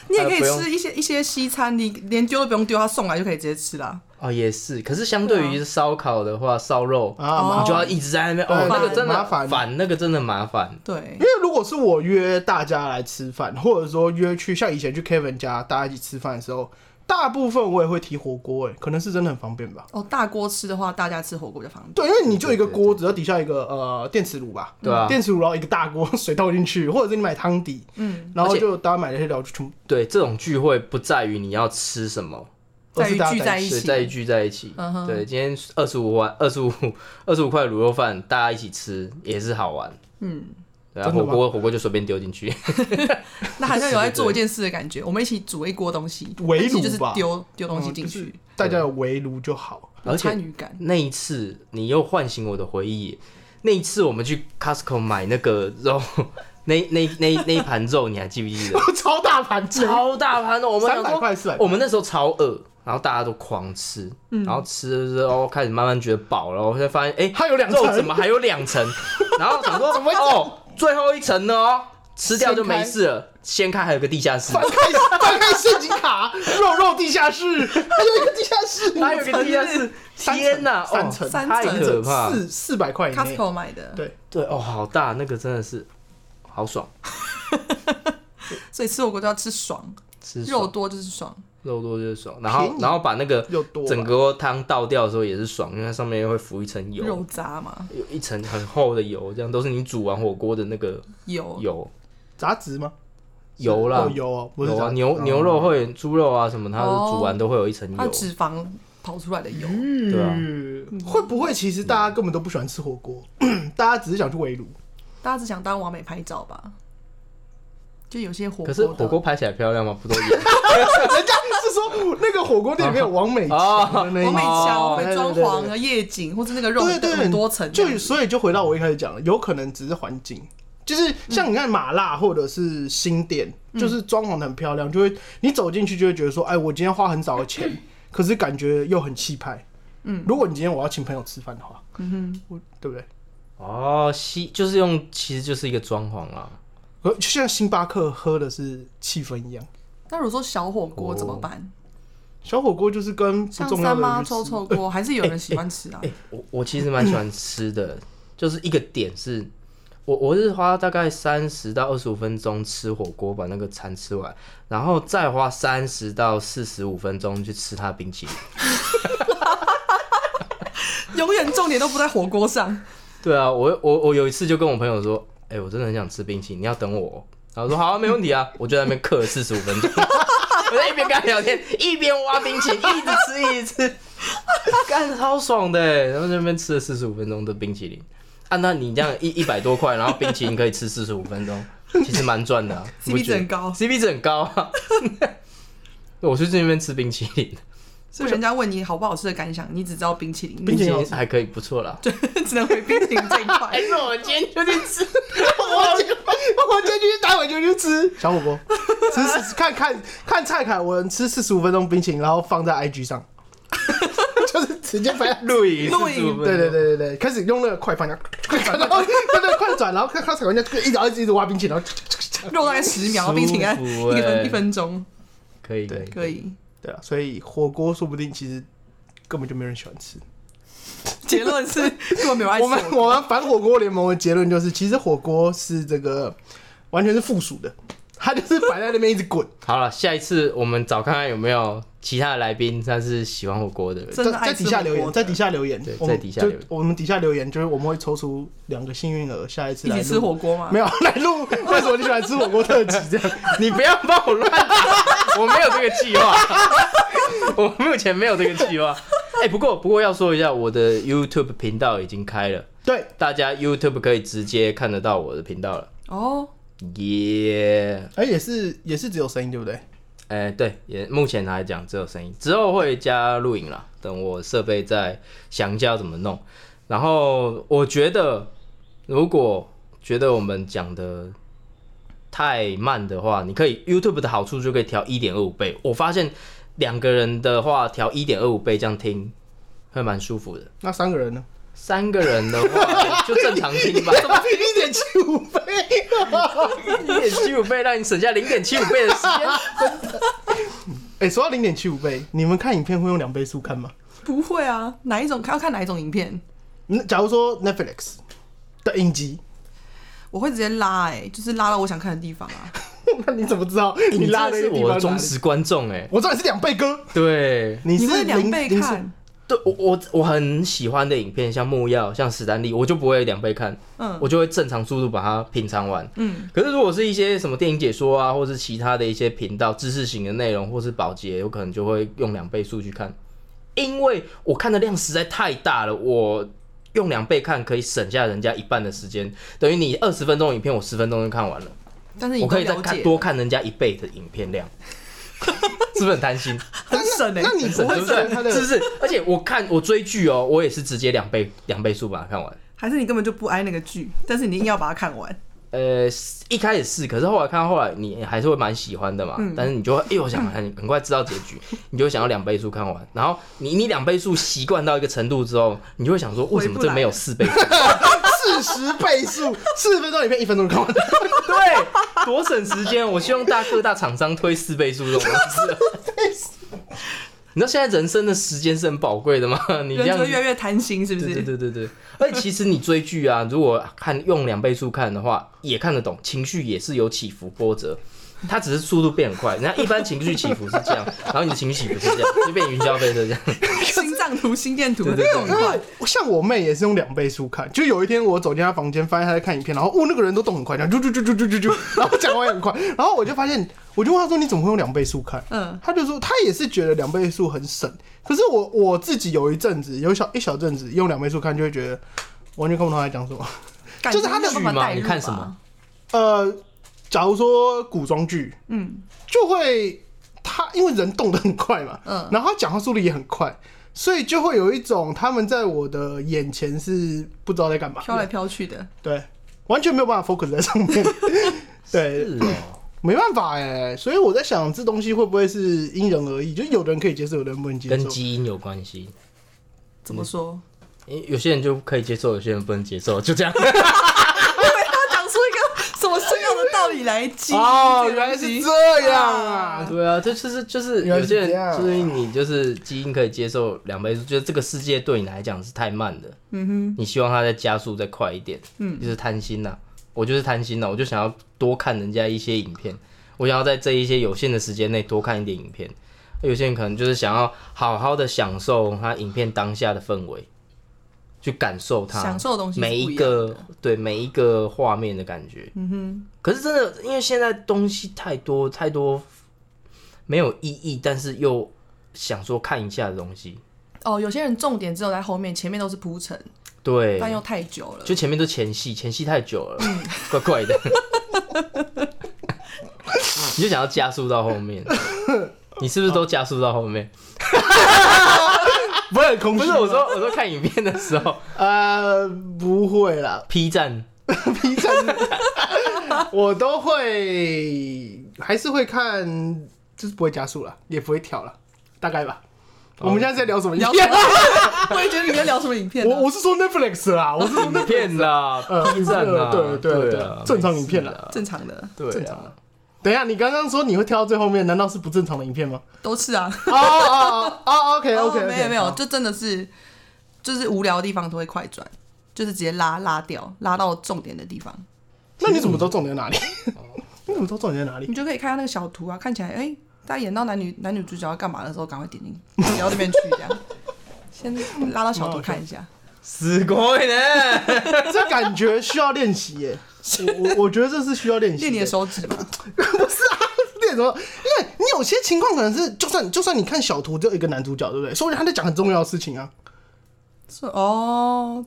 你也可以
呃不
吃一些一些西餐，你连丢都不用丢，他送来就可以直接吃啦。
哦，也是。可是相对于烧烤的话，烧肉
啊，
你
麻
就要一直在那边，
对
哦，那个
对
真的
麻烦
烦，那个真的麻烦。
对
因，为如果是我约大家来吃饭，或者说约去像以前去 Kevin 家大家一起吃饭的时候，大部分我也会提火锅，哎，可能是真的很方便吧。
哦，大锅吃的话，大家吃火锅比较方便。
对，因为你就一个锅子，然后底下一个呃电磁炉吧，
对啊
电磁炉然后一个大锅，水倒进去，或者是你买汤底，
嗯，
然后
而且
就大家买那些料就全部，
对，这种聚会不在于你要吃什么，
而
在于
是大家
聚在
一起
一
是
起，
在于聚在一起
嗯。哼
对，今天二十五万，二十五 二十五块卤肉饭，大家一起吃也是好玩。
嗯，
对啊，
真的
火
吗
锅火锅就随便丢进去。
那好像有在做一件事的感觉。我们一起煮一锅东西，
围炉吧
一起就是丢丢东西进
嗯就是
去，
大家有围炉就好。
有
而且
参与感。
那一次，你又唤醒我的回忆。那一次我们去 Costco 买那个肉， 那那那那一盘肉，你还记不记得？
超大盘子，
超大盘的，我们想
300
说
块400块
我们那时候超饿，然后大家都狂吃，然后吃了之后开始慢慢觉得饱了，我才发现哎，
它有两层
肉怎么还有两 层？然后想说
怎么会这样
哦，最后一层呢哦，吃掉就
掀开
没事了，掀开还有个地下室，
翻开翻开圣经卡，肉肉地下室，还有一个地下室，
还有个地下室，
三层
天哪，哦
三层
三
太
层
可怕了，
四四百块以内，
Costco 买的，
对
对哦，好大，那个真的是好爽，
所以吃火锅就要吃爽，
吃
肉
爽
多就是爽。
肉多就是爽，然后
便宜
然后把那个
又多吧啊
整锅汤倒掉的时候也是爽，因为它上面会浮一层油，
肉渣嘛，
有一层很厚的油，这样都是你煮完火锅的那个
有
油
杂质吗？
油啦
哦，，油哦，不是
有
杂
啊，
质
牛
哦
牛肉会、猪肉啊什么，它
哦
是煮完都会有一层
它
油。
脂肪跑出来的油，
对啊
嗯会不会其实大家根本都不喜欢吃火 锅，大家只是想去围炉？
大家只想当完美拍照吧？就有些火锅
可
的，
是火锅拍起来漂亮吗？不都一样？
人家是说那个火锅店里面有王美
啊
强的那
完美
一
墙
对
会
哦对
装
对
潢
对
啊、夜景，或者那个肉
对对
很多层这
就
样子，
所以就回到我一开始讲的，有可能只是环境，
嗯
就是像你看麻辣或者是新店，就是装潢的很 漂亮，就会你走进去就会觉得说，哎，我今天花很少的钱，可是感觉又很气派。
嗯
如果你今天我要请朋友吃饭的话，
嗯哼，
我对不对？
哦，西就是用，其实就是一个装潢啊啦。
呃就像星巴克喝的是气氛一样，
那如果说小火锅怎么办？
小火锅就是跟哦不
像
重要
三
的
妈
人去
臭
吃。
臭 锅，还是有人喜欢吃啊
哎、？我我其实蛮喜欢吃的，就是一个点是，我我是花大概三十到二十五分钟吃火锅把那个餐吃完，然后再花三十到四十五分钟去吃它的冰淇淋。
哎
永远重点都不在火锅上。
对啊，我我我有一次就跟我朋友说，哎、我真的很想吃冰淇淋，你要等我哦。然后说好、啊，没问题啊，我就在那边刻了四十五分钟， 我在一边跟他聊天，一边挖冰淇淋，一直吃一直吃，干超爽的欸。然后在那边吃了四十五分钟的冰淇淋，啊，那你这样一一百多块，然后冰淇淋可以吃四十五分钟，其实蛮赚的、啊
CP
你不觉得
值很高
，CP 值很高啊。我去那边吃冰淇淋，
所以人家问你好不好吃的感想，你只知道冰淇淋，
冰
冰
淇
淇淋
淋
好吃
还可以，不错啦。
你 只能回冰淇淋这一块。
还是我今天就去吃。
我今我今天去待会就去吃小火锅，吃吃看看看蔡凯文吃四十五分钟冰淇淋，然后放在 IG 上，就是直接拍。
录影，
录
45
影
分钟
对对，对对对，开始用那个快翻，然后快转，然后对对快转，然后看看蔡凯文就一直一直一直挖冰淇淋，然后
肉大概十秒，
舒服
冰淇淋大概
欸
一分一分钟
可以可以
可 以。
对啊，所以火锅说不定其实根本就没人喜欢吃。
结论 是根本没有爱吃
我们
火锅
我们反火锅联盟的结论就是，其实火锅是这个完全是附属的，它就是摆在那边一直滚。
好了，下一次我们找看看有没有其他的来宾，他是喜欢火锅的人。
真的
在
爱
在
吃
底下
火
留
锅
言，在底下留言，
对
我们
在底下留言
就我们底下留言就是我们会抽出两个幸运儿，下一次
一
来
起
录
吃火锅吗？
没有 来录，为什么你喜欢吃火锅特辑这样？
你不要帮我乱讲，我没有这个计划， 我目前没有这个计划。哎、不过不过要说一下，我的 YouTube 频道已经开了，
对，
大家 YouTube 可以直接看得到我的频道了。
哦，
耶、
哎、也是也是只有声音对不对？
哎、对，也目前来讲只有声音，之后会加录影啦。等我设备再想一下要怎么弄。然后我觉得，如果觉得我们讲的太慢的话，你可以 YouTube 的好处就可以调一点二五倍。我发现两个人的话调一点二五倍这样听会蛮舒服的。
那三个人呢？
三个人的 话就正常听吧，
一点七五倍，
一点七五倍让你省下零点七五倍的时 间。
哎、说到零点七五倍，你们看影片会用两倍速看吗？
不会啊，哪一种要看哪一种影片，
嗯假如说 Netflix 的影集，
我会直接拉哎，就是拉到我想看的地方啊。
那你怎么知道你拉
哎的
的
是
地
我的
方在哪
忠
里？
实观众哎、
我知道你是两倍哥，
对，
你
你会
是
两
零
倍
零
看？
对我我我很喜欢的影片，像木曜、像史丹利，我就不会两倍看，
嗯
我就会正常速度把它品尝完。
嗯，
可是如果是一些什么电影解说啊，或是其他的一些频道知识型的内容，或是保洁，我可能就会用两倍速去看，因为我看的量实在太大了，我。用两倍看可以省下人家一半的时间，等于你二十分钟的影片，我十分钟就看完了，
但是你
我可以再
了
看
解，
多看人家一倍的影片 量，是不是很贪心？
很省哎
那。你不
对
会
不
省他
对？是不
的
是？而且我看我追剧哦，我也是直接两倍两倍速把它看完。
还是你根本就不爱那个剧，但是你硬要把它看完。
呃，一开始是，可是后来看到后来，你还是会蛮喜欢的嘛。但是你就会，哎、呦，我想很很快知道结局，你就会想要两倍速看完。然后你你两倍速习惯到一个程度之后，你就会想说，为什么这没有四倍速？
四十倍速，四十分钟里面一分钟看完。
对，多省时间。我希望大各大厂商推四倍速这种东西。你知道现在人生的时间是很宝贵的吗？ 你这
人
样
就
子
会越来越贪心，是不
对对
是？
对对对， 而且其实你追剧啊，如果看用两倍速看的话，也看得懂，情绪也是有起伏波折。它只是速度变很快，人家一般情绪起伏是这样，然后你的情绪起伏是这样，就变云霄飞车这样。
心脏图、心电图，
对对对
这种
因为像我妹也是用两倍速看，就有一天我走进她房间，发现她在看影片，然后哦那个人都动很快，然后啾啾啾啾啾啾啾，然后讲话也很快，然后我就发现，我就问她说你怎么会用两倍速看？
嗯
她就说她也是觉得两倍速很省，可是我我自己有一阵子，有一小一小阵子用两倍速看，就会觉得完全看不懂她在讲什么。
感
就是
觉
他
没有
的
办法
剧嘛
代
你
入
看
吧
什么？
呃，假如说古装剧，
嗯，
就会他因为人动得很快嘛，
嗯
然后他讲话速度也很快，所以就会有一种他们在我的眼前是不知道在干嘛，
飘来飘去的。
对，完全没有办法 focus 在上 面，对，
是哦，
没办法哎、所以我在想这东西会不会是因人而异，就有的人可以接受，有的人不能接
跟
受，
基因有关系。
怎么说？
因为有些人就可以接受，有些人不能接受，就这样。
我以为他讲出一个 什么重要的道理来激
哦，原来是这样啊！
对啊，这就是就是
原来
有
是
些
这样
人
啊
就是你就是基因可以接受两倍速，就是这个世界对你来讲是太慢的，嗯哼，你希望它再加速再快一点，嗯，就是贪心呐、我就是贪心呐、我就想要多看人家一些影片，我想要在这一些有限的时间内多看一点影片。有些人可能就是想要好好的享受他影片当下的氛围，去感受它，
享受的东西是
每
不
一
一样的
个对每一个画面的感觉。嗯哼。可是真的，因为现在东西太多太多，没有意义，但是又想说看一下的东西，
哦，有些人重点只有在后面，前面都是铺陈，
对，
但又太久 了。
就前面都前戏，前戏太久了，
嗯
怪怪的。 你就想要加速到后面，你是不是都加速到后面？
不是空
不
虚
是
吗，
我说，我说看影片的时 候
呃，不会啦
，P 站
，B 站 我都会，还是会看，就是不会加速了，也不会跳了，大概吧。我们现在在聊什么？
聊什么？ 我也觉得你在聊什么影片啊呢、
我我是说 Netflix 啦，我是 说
影片啦，P 站啦，
对对对
啊
正常影片啦
没事
正常的
对啊
正常的。等一下，你刚刚说你会跳到最后面，难道是不正常的影 片吗？
都是啊。
哦哦哦哦，OK
哦
OK，
没有没有，就真的是就是无聊的地方都会快转，就是直接拉拉掉，拉到重点的地方，
那你怎么知道重点在哪里？
哦
你怎么知道重点在哪里？
你就可以看到那个小图啊，看起来哎，大家演到男女男女主角要干嘛的时候，赶快点进点到那边去，这样 先拉到小图看一下。
すごいね。
这感觉需要练习耶。我我我觉得这是需要练习。
练你的手指嘛，
练什么？因为你有些情况可能是，就算就算你看小图只有一个男主角，对不对？说不定他在讲很重要的事情啊。
是哦。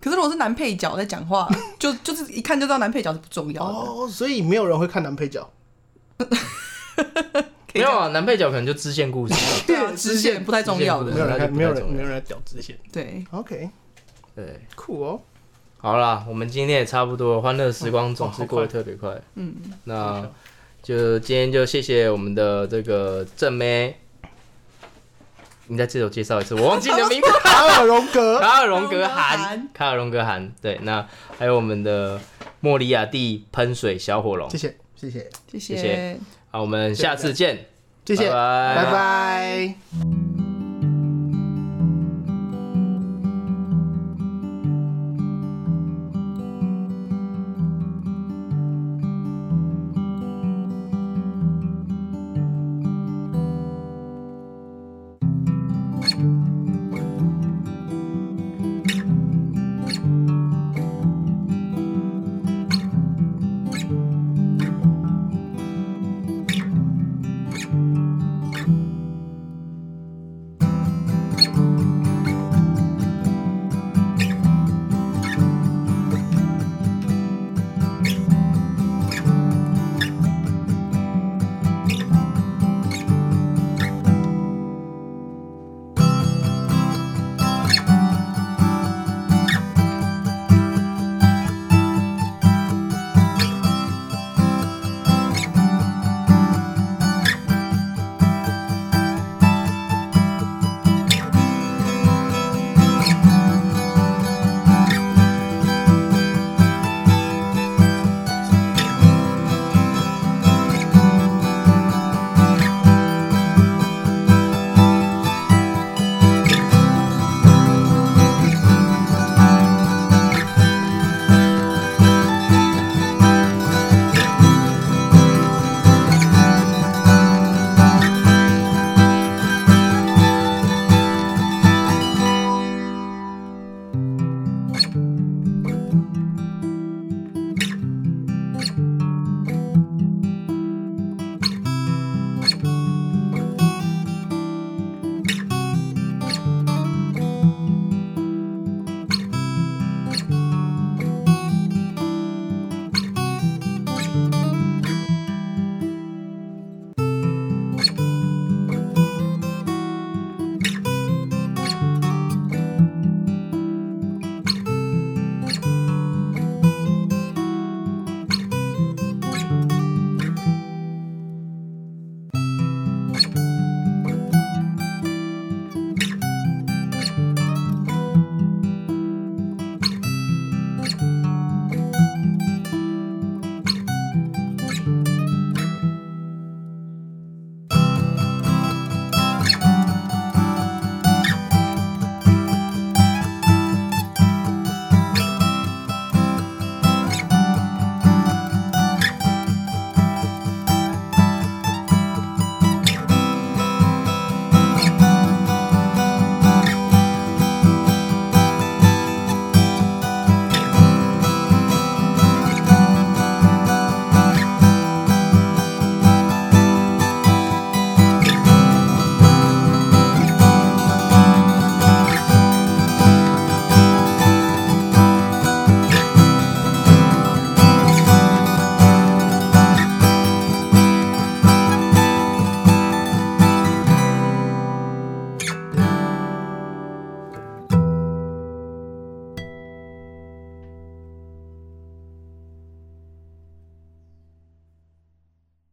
可是如果是男配角在讲话， 就就是一看就知道男配角是不重要的。
哦，所以没有人会看男配角。
可
没
以
有
这样
啊，男配角可能就支线 故事，
对啊，支线不太重要
对支
没
的。
线
有
那就
人看，
不太
没有
重
人，
要
没有人来屌支线。
对，
OK，
对。
酷哦。
好啦，我们今天也差不多了，欢乐时光总是过得
哇
特别快。嗯，那就今天就谢谢我们的这个正妹，你再自我介绍一次，我忘记你的名 字。
卡尔荣格，
卡尔荣格
卡尔荣格
韩
韩，
卡尔荣格韩，对，那还有我们的莫里亚蒂喷水小火龙
谢。谢，谢谢，
谢
谢谢好，我们下次见，
谢谢，
拜拜
拜拜